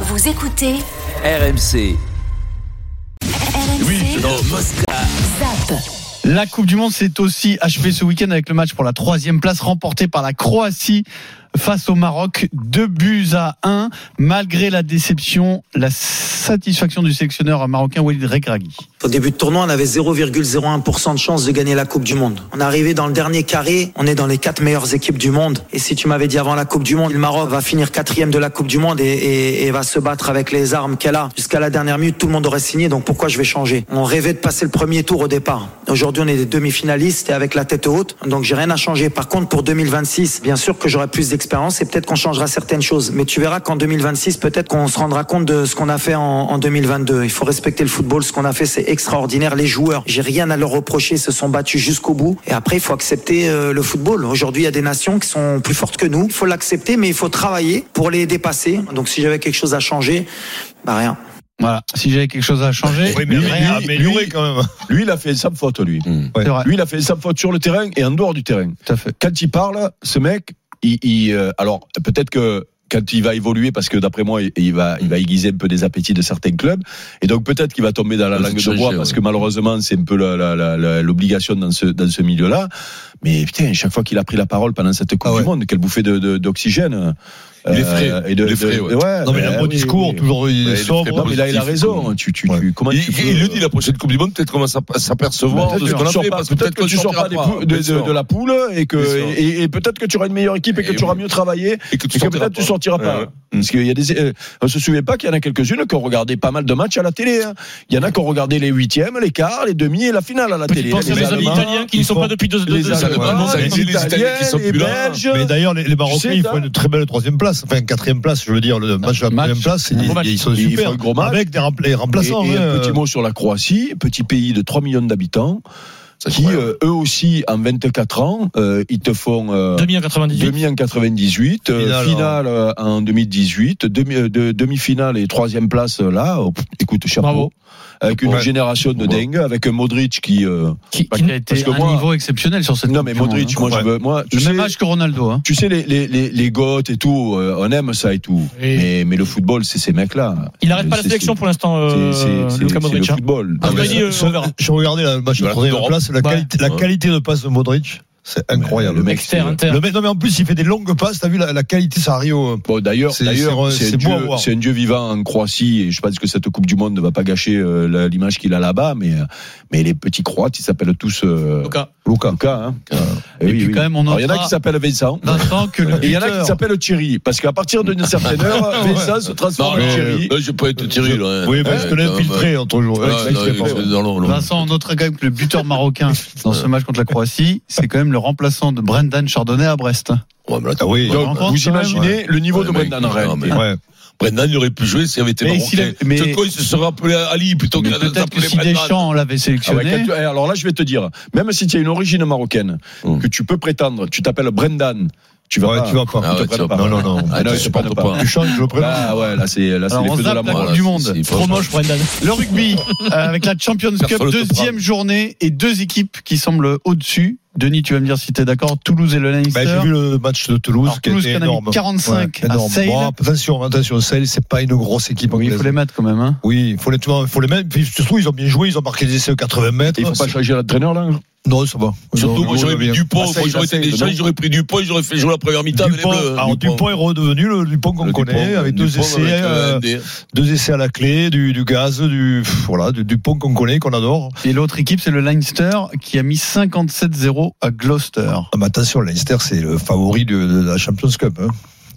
Vous écoutez RMC. RMC dans Mosca. Zap. La Coupe du Monde s'est aussi achevée ce week-end avec le match pour la troisième place remporté par la Croatie face au Maroc. Deux buts à un. Malgré la déception, la satisfaction du sélectionneur marocain Walid Regragui. Au début de tournoi, on avait 0,01% de chance de gagner la Coupe du Monde. On est arrivé dans le dernier carré, on est dans les quatre meilleures équipes du monde. Et si tu m'avais dit avant la Coupe du Monde, le Maroc va finir quatrième de la Coupe du Monde et, et- et va se battre avec les armes qu'elle a jusqu'à la dernière minute, tout le monde aurait signé. Donc pourquoi je vais changer On rêvait de passer le premier tour au départ. Aujourd'hui, on est des demi-finalistes et avec la tête haute, donc j'ai rien à changer. Par contre, pour 2026, bien sûr que j'aurai plus d'expérience et peut-être qu'on changera certaines choses. Mais tu verras qu'en 2026, peut-être qu'on se rendra compte de ce qu'on a fait en, en 2022. Il faut respecter le football. Ce qu'on a fait, c'est extraordinaire. Les joueurs, j'ai rien à leur reprocher. Ils se sont battus jusqu'au bout. Et après, il faut accepter euh, le football. Aujourd'hui, il y a des nations qui sont plus fortes que nous. Il faut l'accepter, mais il faut travailler pour les dépasser. Donc, si j'avais quelque chose à changer, bah rien. Voilà. Si j'avais quelque chose à changer. Oui, mais lui, rien à lui, améliorer lui, quand même. Lui, il a fait sa faute, lui. Mm. c'est vrai. Lui, il a fait sa faute sur le terrain et en dehors du terrain. Tout à fait. Quand il parle, ce mec, il, il, euh, alors peut-être que quand il va évoluer, parce que d'après moi, il- il va, il va aiguiser un peu des appétits de certains clubs, et donc peut-être qu'il va tomber dans la Il va langue se de bois, changer, parce ouais. que malheureusement, c'est un peu la- la- la- la- l'obligation dans ce, dans ce milieu-là. Mais putain, chaque fois qu'il a pris la parole pendant cette Coupe ouais. du Monde, quelle bouffée de- de- d'oxygène Ah Il est Euh, frais. et de- Il est de- frais, ouais. de- ouais, Non, mais il a euh, un bon oui, discours, oui. toujours il est Ouais, il est sobre. Non, mais là, il a positif, raison. Tu, tu, tu- Ouais. comment Il, tu il- peux- il le dit, la prochaine Coupe du Monde, peut-être qu'on va s'app- s'apercevoir Peut-être de ce que qu'on tu a sors fait, pas- parce que peut-être que tu sors pas des pou- de, bien de- sûr. de la poule et que Bien sûr. et, et peut-être que tu auras une meilleure équipe et que Et tu auras oui. mieux travaillé et que et que peut-être tu sortiras pas. Ouais, ouais. Parce qu'il y a des, euh, on se souvient pas qu'il y en a quelques-unes qui ont regardé pas mal de matchs à la télé. hein. Il y en a qui ont regardé les huitièmes, les quarts, les demi et la finale à la télé. Pensez à Les mes amis Allemands, italiens qui ne sont pas depuis deux, deux, les deux Allemands, Allemands, ça a les été les Italiens qui sont Italiens, les plus là. Belges. Mais d'ailleurs, les, les Marocains, Euh, sais, ils font t'as- une très belle troisième place. Enfin, quatrième place, je veux dire, le match à la Match. quatrième place, ils, Gros match. ils sont Ils super. font un gros match. Avec des rempla- Et, remplaçants. et hein. euh. un petit mot sur la Croatie, petit pays de 3 millions d'habitants, C'est qui incroyable. euh, eux aussi en 24 ans, euh, ils te font euh, Demi en 98. demi en 98, euh, Finale, hein. finale euh, en 2018, demi, euh, de- demi-finale et troisième place euh, là. Oh, pff, écoute, chapeau. Bravo. Avec une Ouais. génération de Bravo. dingue, avec un Modric qui. euh, Qui, Parce qui que a été à moi- un niveau exceptionnel sur cette Non Coupe mais du Monde, Modric, hein. moi Ouais. je veux, moi tu Le sais, même âge que Ronaldo. hein. tu sais les les les, les Goths et tout, euh, on aime ça et tout. Et- Mais mais le football, c'est ces mecs là. Il n'arrête pas la sélection pour l'instant, euh, Luka Modric. le hein. football. Ah, Non, je mais l'ai dit, euh, sur- on verra. J'ai regardé le match de Bah, la troisième d'Europe. place, la, Ouais. qualité, la Ouais. qualité de passe de Modric, c'est incroyable. le mec, Exter, c'est- Inter. Le mec- non, mais en plus, il fait des longues passes. T'as vu la, la qualité, ça arrive au- Bon, d'ailleurs, C'est- d'ailleurs, c'est- c'est un, c'est beau à dieu- voir. c'est un dieu vivant en Croatie et je pense que cette Coupe du Monde ne va pas gâcher euh, la- l'image qu'il a là-bas, mais, euh, mais les petits Croates, ils s'appellent tous euh, Luka. Luka, hein. Et Eh oui, puis oui. quand même, on Alors, il y en a notera- qui s'appellent Vincent. Vincent, que le Et il y en a qui buteur- s'appellent Thierry, parce qu'à partir d'une certaine heure, Vincent se Non, transforme en mais, Thierry. euh, je peux être Thierry, là. hein. Oui, parce Ouais, que quand même, ouais. l'infiltré, entre Ouais, joueurs. non, il est dans l'eau, là. Vincent, on notera quand même que le buteur marocain dans ce match contre la Croatie, c'est quand même le remplaçant de Brendan Chardonnay à Brest. Ouais, mais là, Ah oui. tu- en Donc, France, vous quand même, imaginez le niveau Ouais, de mec, Brendan en non, réalité. mais- Ouais. Brendan, il aurait pu jouer s'il avait été Mais s'il marocain. a- mais- Ce con, il se serait appelé Ali plutôt que de Peut-être que s'appeler si Brendan. Deschamps l'avait Ah ouais, sélectionné, quand tu- eh, alors là, je vais te dire, même si tu as une origine marocaine, Hum. que tu peux prétendre, tu t'appelles Brendan, tu vas Ouais, pas. tu vas pas. Ah Ils te prennent ouais, tiens, pas. Bah, Non, non, non. Ah, Ah non, tu ils te prennent supportes pas. pas. Tu changes le prénom. Là, ouais, là, c'est là, c'est Alors, les on feux de zappe la l'amour. Coupe Voilà, du c'est- Monde. c'est Trop pas- Moche, Brendan. Le rugby, euh, avec la Champions Cup, Personne ne te deuxième journée et deux équipes qui semblent au-dessus. Denis, tu vas me dire si tu es d'accord. Toulouse et le Leinster. Bah, j'ai vu le match de Toulouse Alors, qui Toulouse, était qui en a mis énorme. 45 à énorme. Sale. Bon, attention, attention, Sale, c'est pas une grosse équipe Oui, il anglaise. faut les mettre quand même. Hein. Oui, il faut les, tu vois, il faut les mettre. Puis, surtout, ils ont bien joué, ils ont marqué des essais aux 80 mètres. Il faut pas Oh, C'est- changer l'entraîneur là. hein. Non, ça va. Surtout, Non, moi, non, j'aurais on mis est bien. Dupont. Ah, ça, Moi, il j'aurais a été ça, Deschamps, non j'aurais pris Dupont, j'aurais fait jouer la première mi-temps avec les Dupont, Bleus. alors Dupont est redevenu le Dupont qu'on Le connaît, Dupont, Eh, avec deux Dupont essais, avec, euh, euh, des- deux essais à la clé, du, du gaz, du pff, voilà, du Dupont qu'on connaît, qu'on adore. Et l'autre équipe, c'est le Leinster qui a mis 57-0 à Gloucester. Ah, mais attention, Leicester c'est le favori de, de la Champions Cup. Hein.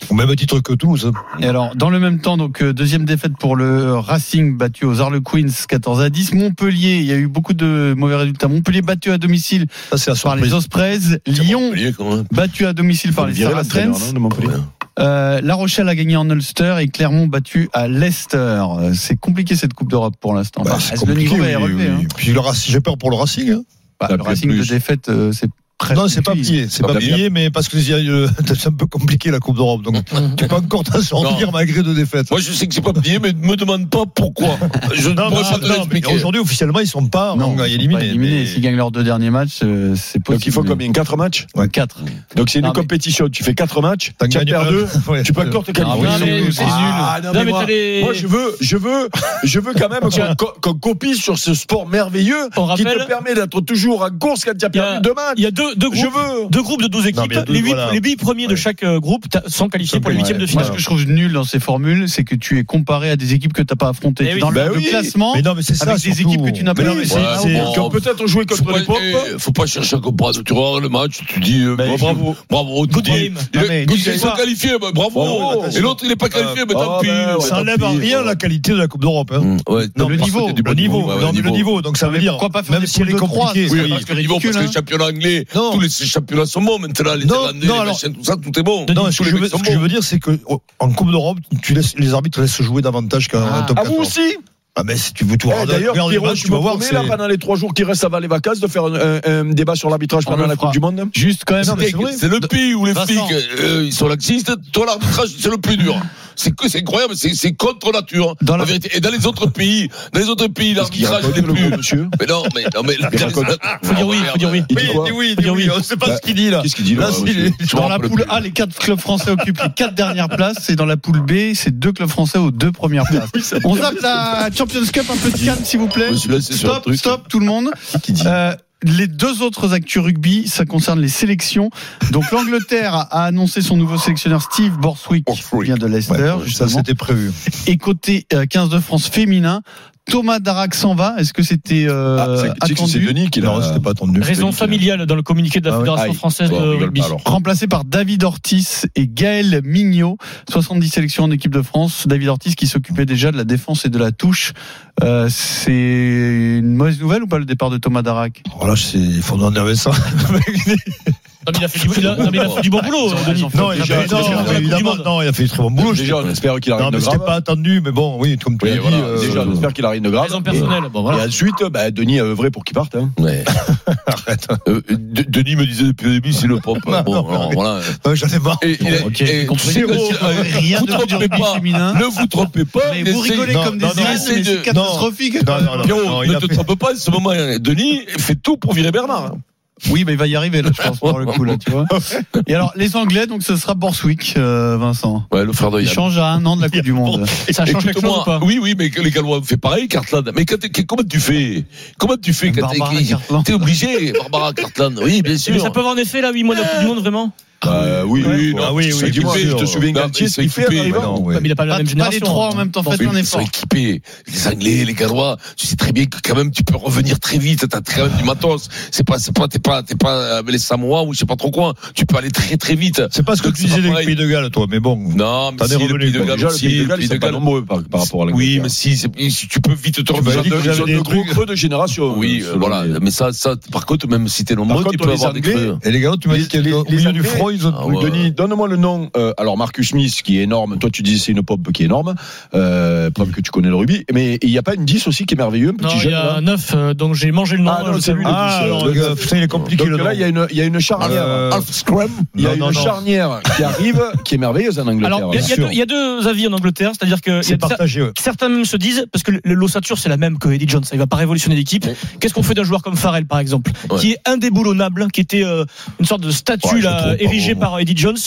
Au même titre que Toulouse. hein. Et alors, dans le même temps, donc euh, deuxième défaite pour le Racing battu aux Harlequins 14 à 10. Montpellier, il y a eu beaucoup de mauvais résultats. Montpellier battu à domicile Ça c'est la par les surprise. Ospreys. C'est Lyon Montpellier, quand même. battu à domicile par les Virer Saracens. l'entraîneur, non, de Montpellier. Euh, La Rochelle a gagné en Ulster et Clermont battu à Leicester. Euh, C'est compliqué cette Coupe d'Europe pour l'instant. Bah, Enfin, c'est le compliqué, niveau oui, est relevé. oui. hein. Puis le Racing, j'ai peur pour le Racing. hein. Bah, Ça le plaît Racing de plus. défaite, euh, c'est très Non, c'est pas petit. plié, c'est Pas pas plié. plié, mais parce que il y a, euh, c'est un peu compliqué la Coupe d'Europe, donc tu peux encore t'en sortir malgré deux défaites. Moi, je sais que c'est pas plié, mais ne me demande pas pourquoi. Je ne Non, pourrais mais- pas te non, mais l'expliquer. Aujourd'hui, officiellement, ils sont pas Non, en- ils sont éliminés, pas éliminés. mais- S'ils gagnent leurs deux derniers matchs, euh, c'est possible. Donc il faut combien 4 matchs 4. Donc c'est une Non, mais- compétition. Tu fais 4 matchs, T'en tu as gagnes un. perdu, Ouais. tu peux encore te Ah qualifier. oui, Non, mais c'est- c'est c'est nul. Ah, non, Non, mais mais moi- t'as les- Moi, je veux, je veux, je veux quand même qu'on- qu'on qu'on copie sur ce sport merveilleux On qui rappelle- te permet d'être toujours en course quand tu as Il y a- perdu deux matchs. Il y a deux, deux Je groupes. veux. Deux groupes de 12 équipes, Non, mais il y a deux- les, huit, voilà. les huit premiers de chaque euh, groupe ta- sont qualifiés pour les Ouais. huitièmes de Moi, finale. ce que je trouve nul dans ces formules, c'est que tu es comparé à des équipes que tu n'as pas affrontées. Eh oui. Dans le Bah le oui. classement, Mais non, mais c'est ça. avec des surtout. équipes que tu n'as pas Mais non, mais vues. c'est- Ouais, c'est- bon. Qui ont peut-être joué Faut contre pas, les pompes. eh, faut pas chercher à comprendre. Tu regardes le match, tu dis euh, Mais bravo, bravo. Good bravo. game. Il- Non, mais il- dis Ils ça. sont qualifiés, bah, bravo. Bravo, Et l'autre, il est pas qualifié, mais tant Ah, pis. Mm, ben, ouais, Ça enlève tant en pis, rien ouais. la qualité de la Coupe d'Europe. hein. Mmh, ouais, bah, Non, parce niveau, que t'as du bon Le niveau, ouais, ouais, non, mais le niveau. Donc ça veut dire, pourquoi pas faire même des si elle est poules de trois, compliquée, c'est- hein. ça Oui, va- parce que, niveau, parce que les championnats anglais, hein. Non. tous les championnats sont bons maintenant, les Non, Thaïlandais, non, les alors- machins, tout ça, tout est bon. Non, ce tous que, les je mecs veux, sont ce que je bons. veux dire, c'est que oh, en Coupe d'Europe, tu laisses, les arbitres laissent jouer davantage qu'en Ah. top Ah, 14. vous aussi Ah, mais si tu veux tout Eh, D'ailleurs, regarder les Pierrot, matchs, tu me que promets, là, c'est- pendant les trois jours qui restent avant les vacances, de faire un, un- un débat sur l'arbitrage On pendant le la fera. Coupe du Monde hein. Juste quand même. Non, mais c'est vrai. C'est le pays où les Vincent. flics, euh, ils sont laxistes. Toi, l'arbitrage, c'est le plus dur. C'est que c'est incroyable, c'est c'est contre nature. Dans la- en vérité. Et dans les autres pays, dans les autres pays, qu'il l'arbitrage raconte n'est le plus. gros monsieur Mais non, mais non, mais la- Il raconte- Ah, Faut dire oui, merde. faut dire oui. Il dit quoi oui, Faut dire oui. on sait Bah, qu'il dit là. Qu'est-ce qu'il dit Là, là c'est- monsieur Je me Dans la rappelle poule plus. A, les quatre clubs français occupent les quatre dernières places. Et dans la poule B, c'est deux clubs français aux deux premières places. On zappe la Champions Cup, un peu de calme, s'il vous plaît. Je me suis laissé sur le Stop, truc. stop, tout le monde. Qui dit Euh, les deux autres actus rugby, ça concerne les sélections. Donc l'Angleterre a annoncé son nouveau sélectionneur Steve Borswick, qui Borthwick. vient de Leicester, Ouais, ça, justement. c'était prévu. Et côté euh, 15 de France féminin, Thomas Darac s'en va. Est-ce que c'était euh, Ah, c'est- tu sais que c'est attendu Denis qui l'a. Non, c'était pas attendu. Raison familiale dans le communiqué de la Ah ouais. Fédération Aïe. française de Bon, on rigole rugby. pas, alors. Remplacé par David Ortiz et Gaël Mignot, 70 sélections en équipe de France. David Ortiz qui s'occupait déjà de la défense et de la touche. Euh, c'est une mauvaise nouvelle ou pas le départ de Thomas Darac Voilà, c'est- il faut en enlever ça. Non, mais il a fait du, il a- non, mais il a fait du bon boulot, euh, Denis. Non, il a Déjà, fait, déjà, non, déjà, la Coupe du évidemment, Monde. non, il a fait du très bon boulot. Déjà, on espère qu'il Non, arrive mais de c'était grave. pas attendu, mais bon, oui, comme tu Oui, l'as voilà. dit. euh, Déjà, on espère qu'il arrive de grave. Raison personnelle. Bon, voilà. Et ensuite, bah, Denis a œuvré pour qu'il parte. hein. Ouais. Arrête. Euh, De- Denis me disait depuis le début, c'est le propre. Non, Bon, non, alors mais- voilà. Euh, J'en ai marre. Et, il a- Ok, et- vous comprenez zéro- que- euh, Rien vous de trompez rugby pas. féminin. euh, Ne vous trompez pas. Mais vous essayez- rigolez non, comme non, des non, imbéciles, mais essayez c'est de- catastrophique. Non, non, non. Pierrot, il ne a te fait- trompe pas, en ce moment, Denis fait tout pour virer Bernard. Oui, mais il va y arriver, là, je pense, pour le coup, là, tu vois. Et alors, les Anglais, donc ce sera Borswick, euh, Vincent. Ouais, le frère de Ils Yann. changent à un an de la Coupe du Monde. Ça change quelque chose Écoute-moi. ou pas Oui, oui, mais que les Gallois ont fait pareil, Cartland. Mais quand t'es- que- comment tu fais Comment tu fais quand Barbara t'es- Cartland. t'es obligé, Barbara Cartland Oui, bien sûr. Mais ça peut avoir un effet là, 8 mois de la Coupe du Monde vraiment Bah, oui, Ouais. oui, non. Ah oui, ils oui, sont dis-moi, équipés, Je te sûr. souviens Non, Galtier, ils ce sont qu'il fait en équipés, Bah arrivant. non, ouais. Comme Il a pas la Pas, même pas les génération. hein. trois en même temps, faites Oui, un mais ils sont effort. équipés. Les Anglais, les Gallois, tu sais très bien que quand même tu peux revenir très vite. T'as quand même du matos. C'est pas, c'est pas, t'es pas, t'es pas euh, les Samoa ou je sais pas trop quoi. Tu peux aller très très vite. C'est pas ce que Donc, tu c'est pas disais des pareil. pays de Galles, toi, mais bon. Non, mais T'en es si, le revenu, pays de quoi. Galles, Déjà, le si, pays de le Galles, pays de c'est pas Galles. nombreux par, par rapport à la Oui, mais si, c'est- si tu peux vite te Tu m'avais revenir dit que d'un- j'avais sur des le gros trucs. creux de génération. Oui, Sur euh, voilà. les- Mais ça, ça, par contre, même si t'es Par nombreux, tu contre, peux les avoir des Anglais, creux. Et les Gallois, tu m'as Les- dit qu'il y les- a au les milieu du Anglais- froid, ils ont Ah Oui, ouais. Denis, donne-moi le nom. Euh, alors, Marcus Smith, qui est énorme. Toi, tu dis c'est une pop qui est énorme. Euh, preuve que tu connais le rugby. Mais il n'y a pas une 10 aussi qui est merveilleux, un Non, petit il jeune. y a là 9, euh, donc j'ai mangé le nom. Ah, non, je c'est sais lui, pas. Ah, le alors, dix, le euh, gars, putain, il est compliqué Donc le là, il y, nom. a une- il y a une charnière. Euh, Half Scrum. Il y a non, une non, non. charnière qui arrive, qui est merveilleuse en Angleterre. hein. Alors, il y a- il y, a sûr. deux- il y a deux avis en Angleterre, c'est-à-dire que il y a C'est partagé. ouais. cer- certains même se disent, parce que le- l'ossature c'est la même que Eddie Jones, il va pas révolutionner l'équipe. Ouais. Qu'est-ce qu'on fait d'un joueur comme Farrell par exemple, Ouais. qui est indéboulonnable, qui était euh, une sorte de statue Ouais, je là, trouve pas érigée bon. par Eddie Jones,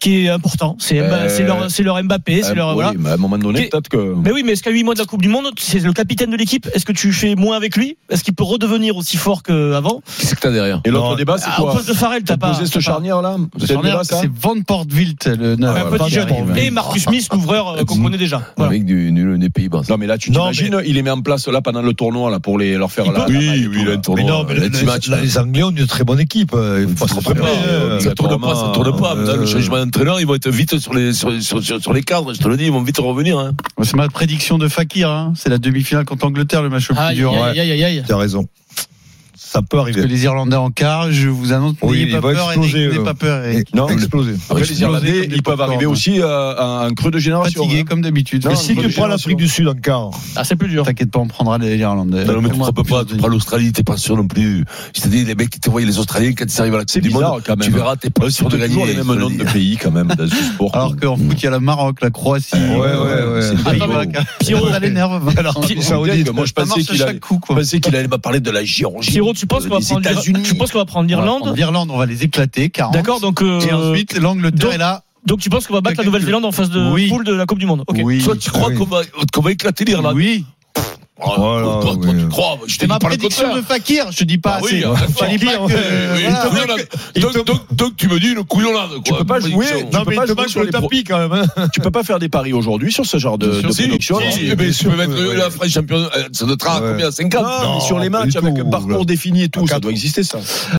qui est important. C'est Mba- Euh, c'est leur, c'est leur Mbappé, c'est Euh, leur oui, voilà. mais à un moment donné, Mais- peut-être que. Mais oui, mais est-ce qu'à 8 mois de la Coupe du Monde, c'est le capitaine de l'équipe Est-ce que tu fais moins avec lui Est-ce qu'il peut redevenir aussi fort qu'avant Qu'est-ce que t'as derrière Et l'autre Non. débat, c'est ah, Au quoi poste de Farrell, t'as T'as pas. posé t'as cette pas- charnière là Le C'est le débat, charnier, ça C'est Van Portwilt, le un neuf. petit jeune. Van Et Marcus Smith, l'ouvreur euh, qu'on connaît déjà. Le Voilà. mec du, du- des Pays-Bas. Non, mais là, tu Non, t'imagines, il les met en place là pendant le tournoi là, pour les, leur faire la. la maille et tout, là. Mais non, mais le les, petit match. les- les Anglais ont une très bonne équipe. euh, Il faut se Après, préparer. euh, euh, ça tourne pas, ça tourne pas. euh, Putain, Le changement d'entraîneur, ils vont être vite sur les, sur, sur, sur, sur les cadres, je te le dis, ils vont vite revenir. Hein. C'est ma prédiction de Fakir. hein. C'est la demi-finale contre l'Angleterre, le match le plus Aïe, dur. aïe, aïe, aïe, aïe. T'as raison. ça peut Parce que arriver. les Irlandais en quart, je vous annonce, Oui, n'ayez ils pas, vont peur, Eric, exploser, n'ayez eux. pas peur, Eric. Non, le- exploser. Après, les Exploser Irlandais, comme des ils peuvent popcorn. arriver aussi euh, à un creux de génération. Fatigué hein. comme d'habitude. euh, Mais Non, si bonne tu prends l'Afrique du Sud en quart, Ah, c'est plus dur. T'inquiète pas, on prendra les Irlandais. Non, mais tu Moi, frappes pas, tu je- prends l'Australie, t'es pas sûr non plus. Je te dis, les mecs qui te voient, les Australiens, quand ils arrivent à la C'est Coupe du bizarre, Monde, quand même. tu verras, t'es pas Ils sûr sont de toujours gagner. les je mêmes te noms le de dis. pays quand même dans ce sport. Alors qu'en foot, il y a le Maroc, la Croatie. Ouais, ouais, ouais. c'est Ah, le pas niveau. mal, Pierrot, ça l'énerve. Alors, Puis- Saoudite, Moi, je Ça pensais marche à qu'il allait, chaque coup, je quoi. pensais qu'il allait me parler de la Géorgie. Giro, tu penses euh, qu'on va des prendre l'Ir- États-Unis. tu penses qu'on va prendre On va prendre l'Irlande L'Irlande, on va les éclater, 40. D'accord, donc euh, Et ensuite, l'Angleterre donc- est là. donc tu penses qu'on va battre la Quelqu'un Nouvelle-Zélande en phase de Oui. poule de la Coupe du Monde. Ok. Oui. Toi, tu crois oui. qu'on va, qu'on va éclater l'Irlande Oui. Oh, Voilà, toi, toi, oui. tu crois Je t'ai C'est ma dit pas le prédiction contraire. de Fakir, je dis pas Ah oui, assez. hein, Je dis pas Fakir, que- Oui, euh, une voilà. couillonnade. Donc, donc, donc, tu me dis une couillonnade, quoi. peux pas Prédiction. Oui, non, peux mais pas il te jouer manque sur le les pro- tapis quand même. hein. Tu peux pas faire des paris aujourd'hui sur ce genre de, Si, de si, prédiction. si, si, hein. mais bien tu sûr, peux mettre oui, la oui. France championne, euh, ça te à Ouais. combien 50 Non, mais sur les pas matchs du avec tout. un parcours défini et tout, À ça quatre. doit exister ça.